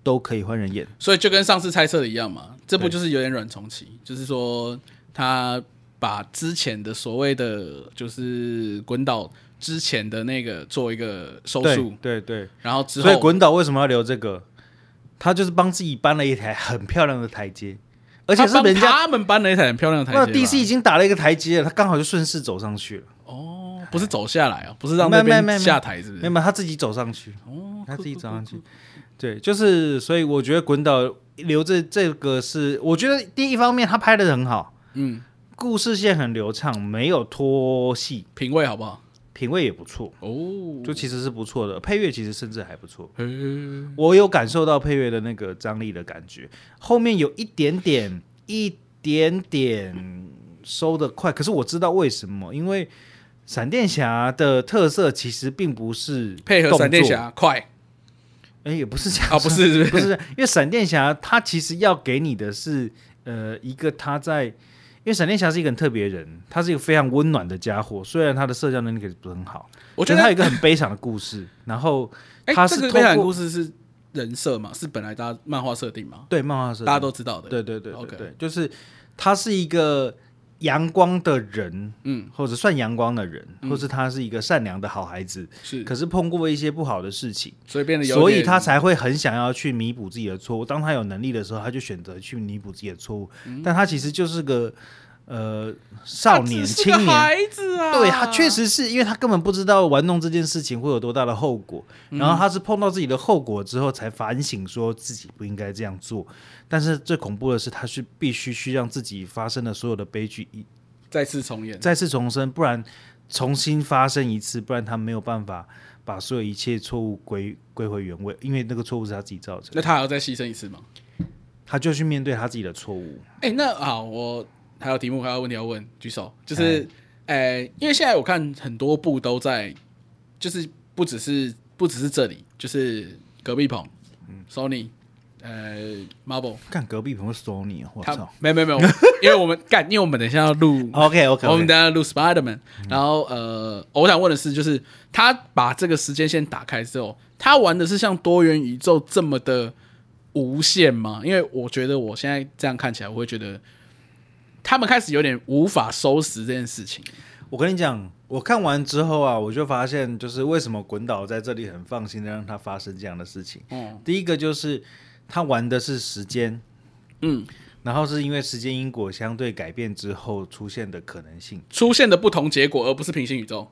Speaker 2: 都可以换人演。
Speaker 1: 所以就跟上次猜测的一样嘛，这部
Speaker 2: 对
Speaker 1: 就是有点软重启，就是说他把之前的所谓的就是滚岛之前的那个做一个收束，
Speaker 2: 对对，
Speaker 1: 然后之
Speaker 2: 所以
Speaker 1: 后
Speaker 2: 滚岛为什么要留这个？他就是帮自己搬了一台很漂亮的台阶，而且是
Speaker 1: 他帮
Speaker 2: 人家
Speaker 1: 他们搬了一台很漂亮的
Speaker 2: 那
Speaker 1: 台阶吧
Speaker 2: DC 已经打了一个台阶了，他刚好就顺势走上去了。
Speaker 1: 哦，不是走下来哦，不是让
Speaker 2: 没
Speaker 1: 那
Speaker 2: 有没有没
Speaker 1: 边
Speaker 2: 有
Speaker 1: 下台是不
Speaker 2: 没
Speaker 1: 是
Speaker 2: 有？他自己走上去，
Speaker 1: 哦
Speaker 2: 他自己走上去。对，就是所以我觉得滚岛留着这个是，我觉得第一方面他拍的很好，
Speaker 1: 嗯，
Speaker 2: 故事线很流畅，没有拖戏，
Speaker 1: 品味好不好？
Speaker 2: 品味也不错，
Speaker 1: 哦，
Speaker 2: 就其实是不错的。配乐其实甚至还不错，
Speaker 1: 嘿
Speaker 2: 我有感受到配乐的那个张力的感觉。后面有一点点，一点点收的快，可是我知道为什么，因为闪电侠的特色其实并不是
Speaker 1: 配合
Speaker 2: 动作
Speaker 1: 闪电，侠快
Speaker 2: 哎，也不是这样
Speaker 1: 啊，不是是不是？
Speaker 2: 不是，因为闪电侠他其实要给你的是，呃，一个他在，因为闪电侠是一个很特别的人，他是一个非常温暖的家伙，虽然他的社交能力可是不是很好，
Speaker 1: 我觉得
Speaker 2: 但他有一个很悲伤的故事，然后
Speaker 1: 哎，
Speaker 2: 他
Speaker 1: 这
Speaker 2: 是
Speaker 1: 个
Speaker 2: 透
Speaker 1: 悲惨
Speaker 2: 过
Speaker 1: 故事是人设嘛？是本来大家漫画设定嘛？
Speaker 2: 对漫画社，
Speaker 1: 大家都知道的。
Speaker 2: 对对对对
Speaker 1: OK
Speaker 2: 对，就是他是一个阳光的人，
Speaker 1: 嗯，
Speaker 2: 或者算阳光的人，
Speaker 1: 嗯
Speaker 2: 或是他是一个善良的好孩子，
Speaker 1: 是，
Speaker 2: 可是碰过一些不好的事情。
Speaker 1: 所以变得有点，
Speaker 2: 所以他才会很想要去弥补自己的错误。当他有能力的时候，他就选择去弥补自己的错误。
Speaker 1: 嗯
Speaker 2: 但他其实就是个呃少年
Speaker 1: 他只是
Speaker 2: 青
Speaker 1: 个
Speaker 2: 年，
Speaker 1: 孩子啊，
Speaker 2: 对他确实是因为他根本不知道玩弄这件事情会有多大的后果。然后他是碰到自己的后果之后，才反省说自己不应该这样做。但是最恐怖的是，他是必须去让自己发生的所有的悲剧一
Speaker 1: 再次重演。
Speaker 2: 再次重生，不然重新发生一次，不然他没有办法把所有一切错误归归回原位，因为那个错误是他自己造成的，
Speaker 1: 那他还要再牺牲一次吗？
Speaker 2: 他就去面对他自己的错误。
Speaker 1: 哎，那啊，我还有题目，还有问题要问，举手。就是，哎，因为现在我看很多部都在，就是不只是不只是这里，就是隔壁棚，Sony，呃，Marvel。
Speaker 2: 看隔壁朋友 Sony，我
Speaker 1: 他
Speaker 2: 操
Speaker 1: 没有没有没有，因为我们干，因为我们等一下要录
Speaker 2: ！OK OK，
Speaker 1: 我们等一下录 Spiderman，然后呃，我想问的是，就是他把这个时间线打开之后，他玩的是像多元宇宙这么的无限吗？因为我觉得我现在这样看起来，我会觉得他们开始有点无法收拾这件事情。
Speaker 2: 我跟你讲，我看完之后啊，我就发现，就是为什么滚岛在这里很放心的让它发生这样的事情。
Speaker 1: 嗯
Speaker 2: 第一个就是他玩的是时间，
Speaker 1: 嗯，
Speaker 2: 然后是因为时间因果相对改变之后出现的可能性。
Speaker 1: 出现的不同结果，而不是平行宇宙。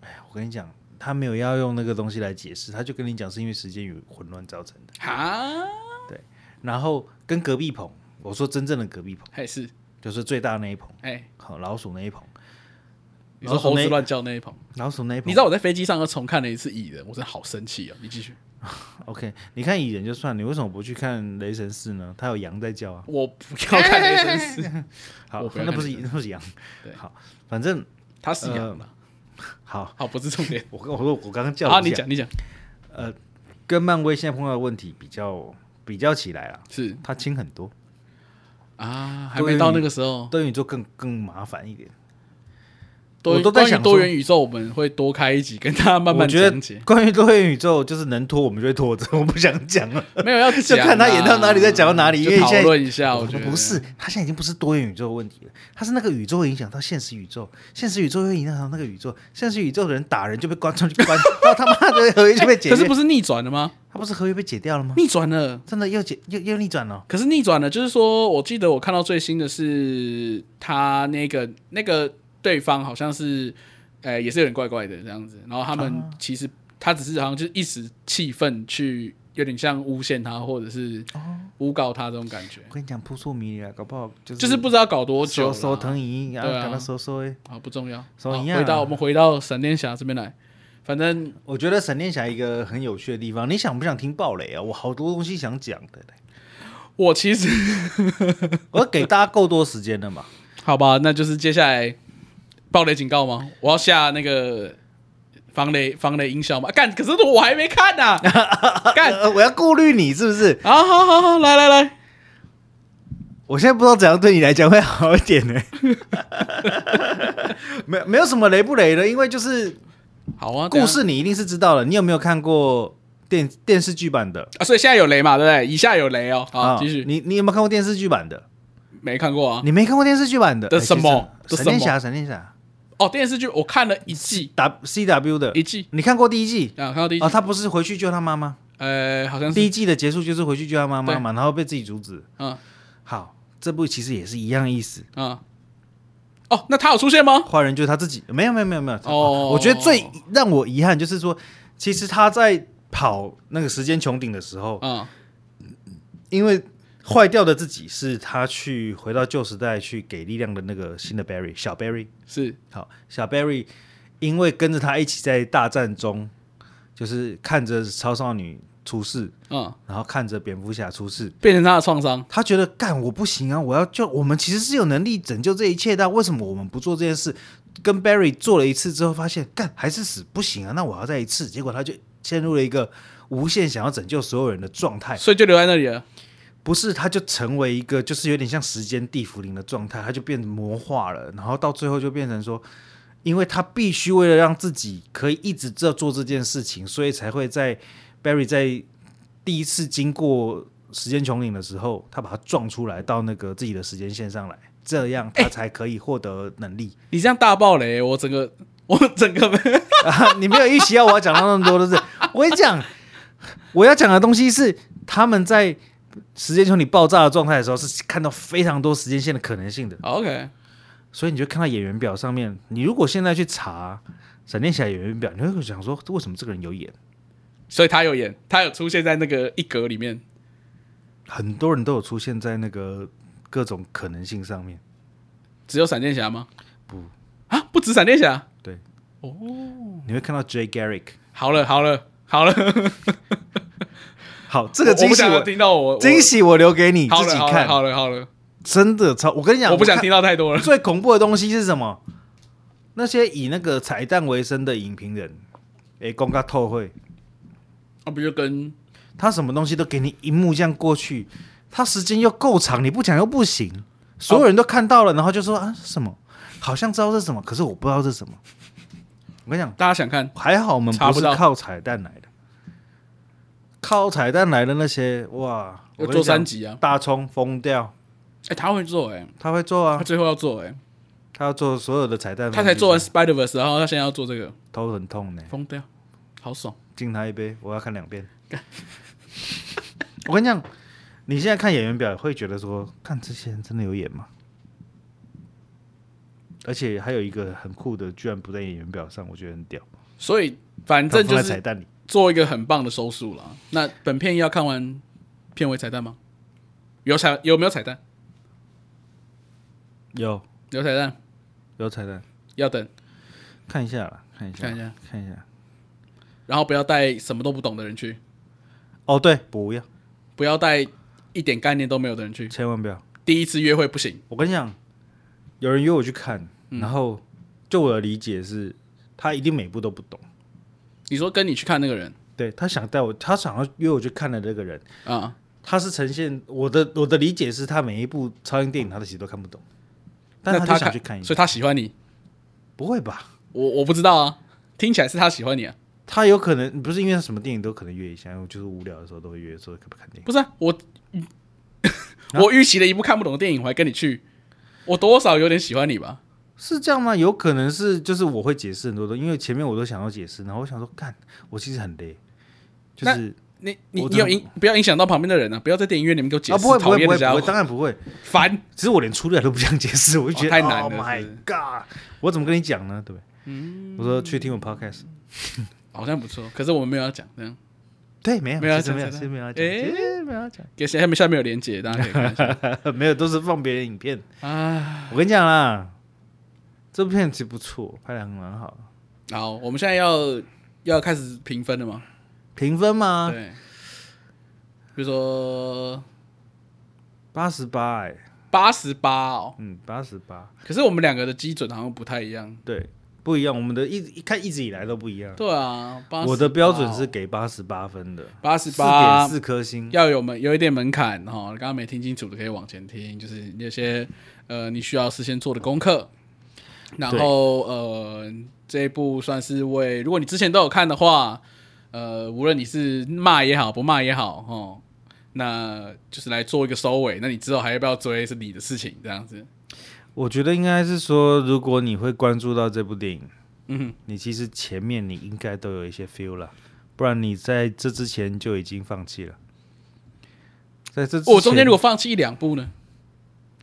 Speaker 2: 哎我跟你讲，他没有要用那个东西来解释，他就跟你讲是因为时间与混乱造成的。
Speaker 1: 哈，
Speaker 2: 然后跟隔壁棚，我说真正的隔壁棚，
Speaker 1: 还是
Speaker 2: 就是最大那一棚，
Speaker 1: 哎、
Speaker 2: 好老鼠那一棚，
Speaker 1: 你说
Speaker 2: 老鼠
Speaker 1: 猴
Speaker 2: 那
Speaker 1: 子乱叫那一棚，
Speaker 2: 老鼠那一棚。
Speaker 1: 你知道我在飞机上又重看了一次《蚁人》，我真的好生气哦！你继续，
Speaker 2: OK，你看蚁人就算，你为什么不去看雷神四呢？他有羊在叫啊。
Speaker 1: 我不要看雷神四，
Speaker 2: 好
Speaker 1: 我，不要
Speaker 2: 那
Speaker 1: 看
Speaker 2: 不是
Speaker 1: 雷神
Speaker 2: 那不是羊
Speaker 1: 对。
Speaker 2: 好，反正
Speaker 1: 他是羊了。
Speaker 2: 好，
Speaker 1: 呃好，不是重点。
Speaker 2: 我跟我我刚刚 叫
Speaker 1: 啊，
Speaker 2: 了
Speaker 1: 你
Speaker 2: 一下
Speaker 1: 讲，你讲，
Speaker 2: 呃，跟漫威现在碰到的问题比较比较起来啦，啊
Speaker 1: 是
Speaker 2: 它轻很多，
Speaker 1: 啊，还
Speaker 2: 多
Speaker 1: 没
Speaker 2: 元
Speaker 1: 到
Speaker 2: 宇
Speaker 1: 那个时候。
Speaker 2: 多元宇宙更更麻烦一点。
Speaker 1: 多
Speaker 2: 我都在
Speaker 1: 关于
Speaker 2: 想说
Speaker 1: 多元宇宙，我们会多开一集跟大家慢慢
Speaker 2: 我觉
Speaker 1: 讲
Speaker 2: 得
Speaker 1: 解。
Speaker 2: 关于多元宇宙，就是能拖我们就会拖着， 我不想讲了。
Speaker 1: 没有要讲啊，
Speaker 2: 就看他演到哪里再讲到哪里因
Speaker 1: 就
Speaker 2: 为
Speaker 1: 讨
Speaker 2: 现在
Speaker 1: 论一下。啊我
Speaker 2: 我
Speaker 1: 觉得
Speaker 2: 不是，它现在已经不是多元宇宙的问题了，它是那个宇宙影响到现实宇宙，现实宇宙又影响到那个宇宙，现实宇宙的人打人就被关上去关， 然后他妈的合约就被解
Speaker 1: 可是
Speaker 2: 约
Speaker 1: 不，是逆转了吗？
Speaker 2: 他不是合约被解掉了吗？
Speaker 1: 逆转了，
Speaker 2: 真的又解又又逆转了。
Speaker 1: 可是逆转了，就是说我记得我看到最新的是他那个那个对方好像是，呃，也是有点怪怪的这样子。然后他们
Speaker 2: 啊
Speaker 1: 其实、他只是好像就是一时气愤去，有点像诬陷他或者是
Speaker 2: 哦
Speaker 1: 诬告他这种感觉，
Speaker 2: 我跟你讲，扑朔迷离啊，搞不好就是
Speaker 1: 就是不知道搞多久
Speaker 2: 手
Speaker 1: 了
Speaker 2: 手疼姨，然后
Speaker 1: 对啊
Speaker 2: 感到手手欸
Speaker 1: 啊，不重要。
Speaker 2: 手
Speaker 1: 好
Speaker 2: 一样啊
Speaker 1: 回到我们回到闪电侠这边来，反正
Speaker 2: 我觉得闪电侠一个很有趣的地方，你想不想听暴雷啊？我好多东西想讲的嘞，
Speaker 1: 我其实
Speaker 2: 我给大家够多时间了嘛。
Speaker 1: 好吧，那就是接下来暴雷警告吗？我要下那个防雷防雷音效吗？啊干，可是我还没看 呢、干，
Speaker 2: 呃，我要顾虑你是不是？
Speaker 1: 啊，好好好，来来来，
Speaker 2: 我现在不知道怎样对你来讲会好一点呢、 没没有什么雷不雷的，因为就是
Speaker 1: 好啊，
Speaker 2: 故事你一定是知道了。你有没有看过电电视剧版的？
Speaker 1: 啊，所以现在有雷嘛，对不对？以下有雷哦，好，
Speaker 2: 啊
Speaker 1: 继续，
Speaker 2: 你你有没有看过电视剧版的？
Speaker 1: 没看过啊。
Speaker 2: 你没看过电视剧版的
Speaker 1: 的
Speaker 2: 哎其实
Speaker 1: 什么的
Speaker 2: 闪电
Speaker 1: 什么
Speaker 2: 侠，闪电侠
Speaker 1: 哦，电视剧我看了一季，
Speaker 2: W C W 的
Speaker 1: 一，季
Speaker 2: 你看过第一季？
Speaker 1: 啊，看到第一
Speaker 2: 哦，
Speaker 1: 季，
Speaker 2: 他不是回去救他妈妈？
Speaker 1: 呃，好像
Speaker 2: 第
Speaker 1: 是，
Speaker 2: 一季的结束就是回去救他妈妈嘛，然后被自己阻止。
Speaker 1: 嗯
Speaker 2: 好，这部其实也是一样意思。
Speaker 1: 嗯，哦，那他有出现吗？
Speaker 2: 坏人就是他自己，没有没有没有没有。
Speaker 1: 哦
Speaker 2: 我觉得最让我遗憾就是说，其实他在跑那个时间穹顶的时候，
Speaker 1: 嗯，
Speaker 2: 因为坏掉的自己是他去回到旧时代去给力量的那个新的 Barry 小 Barry。
Speaker 1: 是，
Speaker 2: 好，小 Barry 因为跟着他一起在大战中，就是看着超少女出事，
Speaker 1: 嗯，
Speaker 2: 然后看着蝙蝠侠出事，
Speaker 1: 变成他的创伤，
Speaker 2: 他觉得干我不行啊，我要救我们其实是有能力拯救这一切的啊，为什么我们不做这件事？跟 Barry 做了一次之后，发现干还是死不行啊，那我要再一次，结果他就陷入了一个无限想要拯救所有人的状态，
Speaker 1: 所以就留在那里了。
Speaker 2: 不是他就成为一个就是有点像时间地缚灵的状态，他就变魔化了，然后到最后就变成说。因为他必须为了让自己可以一直这做这件事情，所以才会在 Barry 在第一次经过时间穹顶的时候，他把它撞出来到那个自己的时间线上来，这样他才可以获得能力。
Speaker 1: 你这样大暴雷，我整个我整个 没
Speaker 2: 啊， 你没有预期要我要讲到那么多，都是 我跟你讲，我要讲的东西是他们在时间穹顶爆炸的状态的时候，是看到非常多时间线的可能性的。
Speaker 1: 好 OK，
Speaker 2: 所以你就看到演员表上面，你如果现在去查闪电侠演员表，你会想说，为什么这个人有演？
Speaker 1: 所以他有演，他有出现在那个一格里面。
Speaker 2: 很多人都有出现在那个各种可能性上面。
Speaker 1: 只有闪电侠吗？
Speaker 2: 不
Speaker 1: 啊，不止闪电侠。
Speaker 2: 对，
Speaker 1: 哦，
Speaker 2: 你会看到 J. Garrick。
Speaker 1: 好了好了好了，
Speaker 2: 好，这个
Speaker 1: 我我
Speaker 2: 惊
Speaker 1: 不
Speaker 2: 喜
Speaker 1: 想要
Speaker 2: 我
Speaker 1: 听到我
Speaker 2: 惊，喜我留给你
Speaker 1: 我好
Speaker 2: 自
Speaker 1: 了
Speaker 2: 己
Speaker 1: 好了
Speaker 2: 看，
Speaker 1: 好了好了，
Speaker 2: 真的超。我跟你讲，
Speaker 1: 我不想
Speaker 2: 看
Speaker 1: 听到太多了。
Speaker 2: 最恐怖的东西是什么？那些以那个彩蛋为生的影评人，诶，公告透会，
Speaker 1: 那不就跟
Speaker 2: 他什么东西都给你一幕这样过去，他时间又够长，你不讲又不行，所有人都看到了，然后就说啊是什么，好像知道是什么，可是我不知道是什么。我跟你讲，
Speaker 1: 大家想看
Speaker 2: 还好我们
Speaker 1: 查
Speaker 2: 不
Speaker 1: 不
Speaker 2: 是
Speaker 1: 到
Speaker 2: 靠彩蛋来的，靠彩蛋来的那些哇，我
Speaker 1: 要
Speaker 2: 跟你
Speaker 1: 做
Speaker 2: 讲
Speaker 1: 三集啊？
Speaker 2: 大葱疯掉，
Speaker 1: 哎、他会做哎、
Speaker 2: 他会做
Speaker 1: 他
Speaker 2: 啊，
Speaker 1: 最后要做哎、
Speaker 2: 他要做所有的彩蛋，
Speaker 1: 他才做完 Spider Verse，然后他现在要做这个，
Speaker 2: 头很痛呢，
Speaker 1: 疯掉，好爽。
Speaker 2: 敬他一杯，我要看两遍。我跟你讲，你现在看演员表会觉得说，看这些人真的有演吗？而且还有一个很酷的，居然不在演员表上，我觉得很屌。
Speaker 1: 所以反正
Speaker 2: 他放
Speaker 1: 就
Speaker 2: 在
Speaker 1: 是
Speaker 2: 彩蛋里，
Speaker 1: 做一个很棒的收束了。那本片要看完片尾彩蛋吗？有彩有没有彩蛋？
Speaker 2: 有
Speaker 1: 有彩蛋
Speaker 2: 有彩蛋，
Speaker 1: 要等，
Speaker 2: 看一下啦，看一下，
Speaker 1: 看一下，
Speaker 2: 看一下。
Speaker 1: 然后不要带什么都不懂的人去，
Speaker 2: 哦，对，不要，
Speaker 1: 不要带一点概念都没有的人去。
Speaker 2: 千万不要。
Speaker 1: 第一次约会不行，
Speaker 2: 我跟你讲，有人约我去看，
Speaker 1: 嗯
Speaker 2: 然后就我的理解是，他一定每部都不懂。
Speaker 1: 你说跟你去看那个人
Speaker 2: 对他想带我，他想要约我去看的那个人，
Speaker 1: 啊、
Speaker 2: 他是呈现我的我的理解是他每一部超英电影他其实都看不懂，但
Speaker 1: 那
Speaker 2: 就
Speaker 1: 他
Speaker 2: 想去看一下
Speaker 1: 所以，他喜欢你，
Speaker 2: 不会吧？
Speaker 1: 我我不知道啊，听起来是他喜欢你啊，
Speaker 2: 他有可能不是因为他什么电影都可能约一下，因为我就是无聊的时候都会约说可不可以看电影。
Speaker 1: 不是啊，我 我预期了一部看不懂的电影，我还跟你去，我多少有点喜欢你吧？
Speaker 2: 是这样吗？有可能是就是我会解释很多东西，因为前面我都想要解释，然后我想说干，我其实很累，就是
Speaker 1: 你你
Speaker 2: 我
Speaker 1: 你
Speaker 2: 真的
Speaker 1: 有影，不要影响到旁边的人啊！不要在电影院里面给我解
Speaker 2: 啊
Speaker 1: 释，
Speaker 2: 不会不
Speaker 1: 讨
Speaker 2: 会
Speaker 1: 厌
Speaker 2: 不
Speaker 1: 的
Speaker 2: 会
Speaker 1: 家
Speaker 2: 不
Speaker 1: 伙
Speaker 2: 会，，当然不会。
Speaker 1: 烦。
Speaker 2: 其实我连出来都不想解释，我就觉得、
Speaker 1: 哦太难了
Speaker 2: Oh my
Speaker 1: 是嗯
Speaker 2: God，我怎么跟你讲呢？对不对？我说去听我 podcast，
Speaker 1: 好像不错，可是我们没有要讲，这样
Speaker 2: 对，没有，
Speaker 1: 没有要
Speaker 2: 其实
Speaker 1: 讲
Speaker 2: 没有，
Speaker 1: 真的
Speaker 2: 其实没有要讲，
Speaker 1: 诶
Speaker 2: 其实没有要讲，
Speaker 1: 给下面下面有连接，大家可以看 一下
Speaker 2: 没有，都是放别人影片。
Speaker 1: 啊。
Speaker 2: 我跟你讲啦，这部片其实不错，拍的很蛮好。
Speaker 1: 好，我们现在要要开始评分了吗？
Speaker 2: 评分吗？
Speaker 1: 对，比如说
Speaker 2: 八十八，哎，
Speaker 1: 八十八哦，
Speaker 2: 嗯，八十八，
Speaker 1: 可是我们两个的基准好像不太一样。
Speaker 2: 对，不一样。我们的一一看一直以来都不一样。
Speaker 1: 对啊，88
Speaker 2: 我的标准是给八十八分的，
Speaker 1: 八十
Speaker 2: 点
Speaker 1: 八，
Speaker 2: 四颗星。
Speaker 1: 要有门有一点门槛哈。哦刚刚没听清楚的可以往前听，就是那些呃你需要事先做的功课。然后呃，这一部算是为如果你之前都有看的话，呃，无论你是骂也好，不骂也好，哦，那就是来做一个收尾。那你之后还要不要追是你的事情，这样子。
Speaker 2: 我觉得应该是说，如果你会关注到这部电影，
Speaker 1: 嗯哼，
Speaker 2: 你其实前面你应该都有一些 feel 了，不然你在这之前就已经放弃了。在这之前
Speaker 1: 哦我、中间如果放弃一两部呢？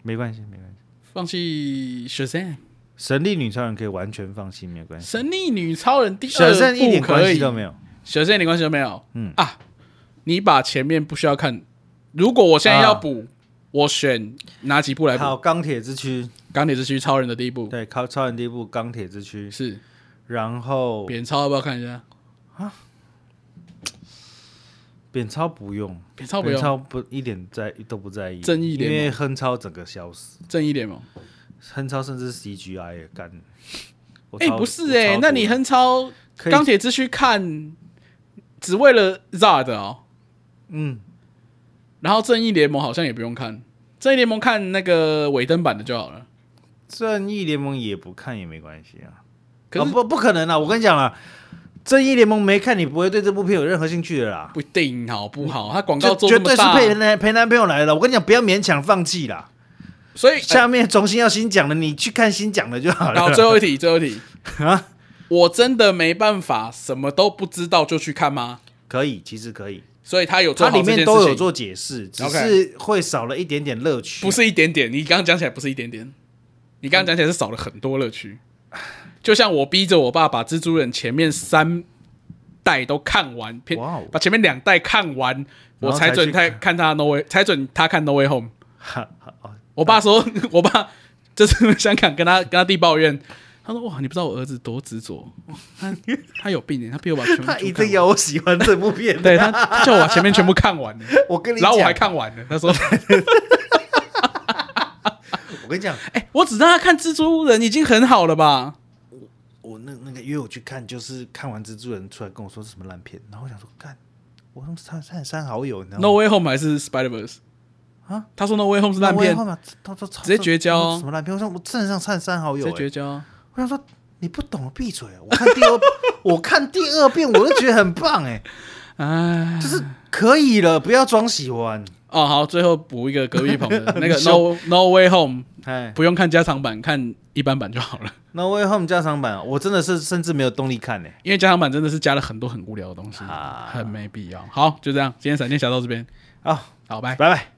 Speaker 2: 没关系，没关系，
Speaker 1: 放弃《s h a z a m
Speaker 2: 神力女超人可以完全放弃，没有关系。
Speaker 1: 神力女超人》第
Speaker 2: 小
Speaker 1: 二
Speaker 2: 胜一
Speaker 1: 部
Speaker 2: 点
Speaker 1: 可
Speaker 2: 关
Speaker 1: 以
Speaker 2: 系，都没有。
Speaker 1: 小胜一点关系都没有。
Speaker 2: 嗯
Speaker 1: 啊，你把前面不需要看。如果我现在要补，我选哪几部来补？
Speaker 2: 啊好，钢铁之躯，
Speaker 1: 钢铁之躯、超人的第一部
Speaker 2: 对，超超人第一部钢铁之躯，
Speaker 1: 是
Speaker 2: 然后
Speaker 1: 扁超，要不要看一下？
Speaker 2: 扁超不用，
Speaker 1: 扁超不用，
Speaker 2: 超不一点在都不在意，
Speaker 1: 正义
Speaker 2: 因为
Speaker 1: 联
Speaker 2: 亨超整个消失，
Speaker 1: 盟、正义联盟。
Speaker 2: 亨超甚至是 CGI 也干。我
Speaker 1: 哎，
Speaker 2: 超
Speaker 1: 不是
Speaker 2: 我超
Speaker 1: 哎，那你
Speaker 2: 多了
Speaker 1: 亨超
Speaker 2: 可以
Speaker 1: 钢铁之躯看，只为了 Zard 哦。
Speaker 2: 嗯，
Speaker 1: 然后正义联盟好像也不用看，正义联盟看那个尾灯版的就好了。
Speaker 2: 正义联盟也不看也没关系啊。
Speaker 1: 可
Speaker 2: 啊
Speaker 1: 是
Speaker 2: 不不可能啊！我跟你讲啦，正义联盟没看你不会对这部片有任何兴趣的啦。
Speaker 1: 不一定好不好？他广告
Speaker 2: 这
Speaker 1: 做
Speaker 2: 嗯绝
Speaker 1: 这么
Speaker 2: 对是
Speaker 1: 大，啊
Speaker 2: 陪男陪男朋友来的。我跟你讲，不要勉强放弃啦。
Speaker 1: 所以
Speaker 2: 下面重新要新讲的，你去看新讲的就好
Speaker 1: 然后
Speaker 2: 了。
Speaker 1: 最后一题，最后一题
Speaker 2: 啊，
Speaker 1: 我真的没办法，什么都不知道就去看吗？
Speaker 2: 可以，其实可以，
Speaker 1: 所以他有做
Speaker 2: 它
Speaker 1: 好
Speaker 2: 里
Speaker 1: 这件
Speaker 2: 面
Speaker 1: 事
Speaker 2: 都有
Speaker 1: 情，
Speaker 2: 做解释，只
Speaker 1: OK
Speaker 2: 是会少了一点点乐趣。
Speaker 1: 不是一点点。你刚刚讲起来不是一点点，你刚刚讲起来是少了很多乐趣。就像我逼着我爸把蜘蛛人前面三代都看完，偏
Speaker 2: 哇哦
Speaker 1: 把前面两代看完，
Speaker 2: 然后
Speaker 1: 我才
Speaker 2: 才
Speaker 1: 准
Speaker 2: 去
Speaker 1: 他
Speaker 2: 看
Speaker 1: 看他 No Way，才准他看 No Way Home。
Speaker 2: 哈，哈哦
Speaker 1: 我爸说，我爸这次回香港跟他跟他弟抱怨，他说：“哇，你不知道我儿子多执着，哇他他有病耶，他逼我把全部
Speaker 2: 他
Speaker 1: 全
Speaker 2: 一
Speaker 1: 部看
Speaker 2: 定要我喜欢这部片。
Speaker 1: 对他他叫我把前面全部看 完了，
Speaker 2: 我跟你
Speaker 1: 然
Speaker 2: 讲，
Speaker 1: 后我还，看完了。他说
Speaker 2: 我跟你讲，：“
Speaker 1: 哎、我只让他看蜘蛛人已经很好了吧
Speaker 2: 我那那个约我去看，就是看完蜘蛛人出来跟我说是什么烂片，然后我想说干，我用三三三好友，你知道吗
Speaker 1: ？”No Way Home 还是 Spider Verse
Speaker 2: 啊？
Speaker 1: 他说 No Way Home 是烂片
Speaker 2: 后，面他说直
Speaker 1: 接绝交哦
Speaker 2: 什么烂片？我说我正上看三好
Speaker 1: 直
Speaker 2: 友、
Speaker 1: 接
Speaker 2: 欸
Speaker 1: 绝交啊。
Speaker 2: 我想说你不懂，闭嘴！啊我看第二， 我看第二遍我就觉得很棒哎、
Speaker 1: 哎，
Speaker 2: 就是可以了，不要装喜欢。
Speaker 1: 哦，好，最后补一个隔壁棚的 那个
Speaker 2: 你
Speaker 1: No No Way Home，
Speaker 2: 哎，
Speaker 1: 不用看加长版，看一般版就好了，
Speaker 2: 那 Way Home 加长版，啊我真的是甚至没有动力看呢、欸
Speaker 1: 因为加长版真的是加了很多很无聊的东西，
Speaker 2: 啊
Speaker 1: 很没必要。好，就这样，今天闪电侠到这边，
Speaker 2: 好，
Speaker 1: 好，拜。
Speaker 2: 拜拜。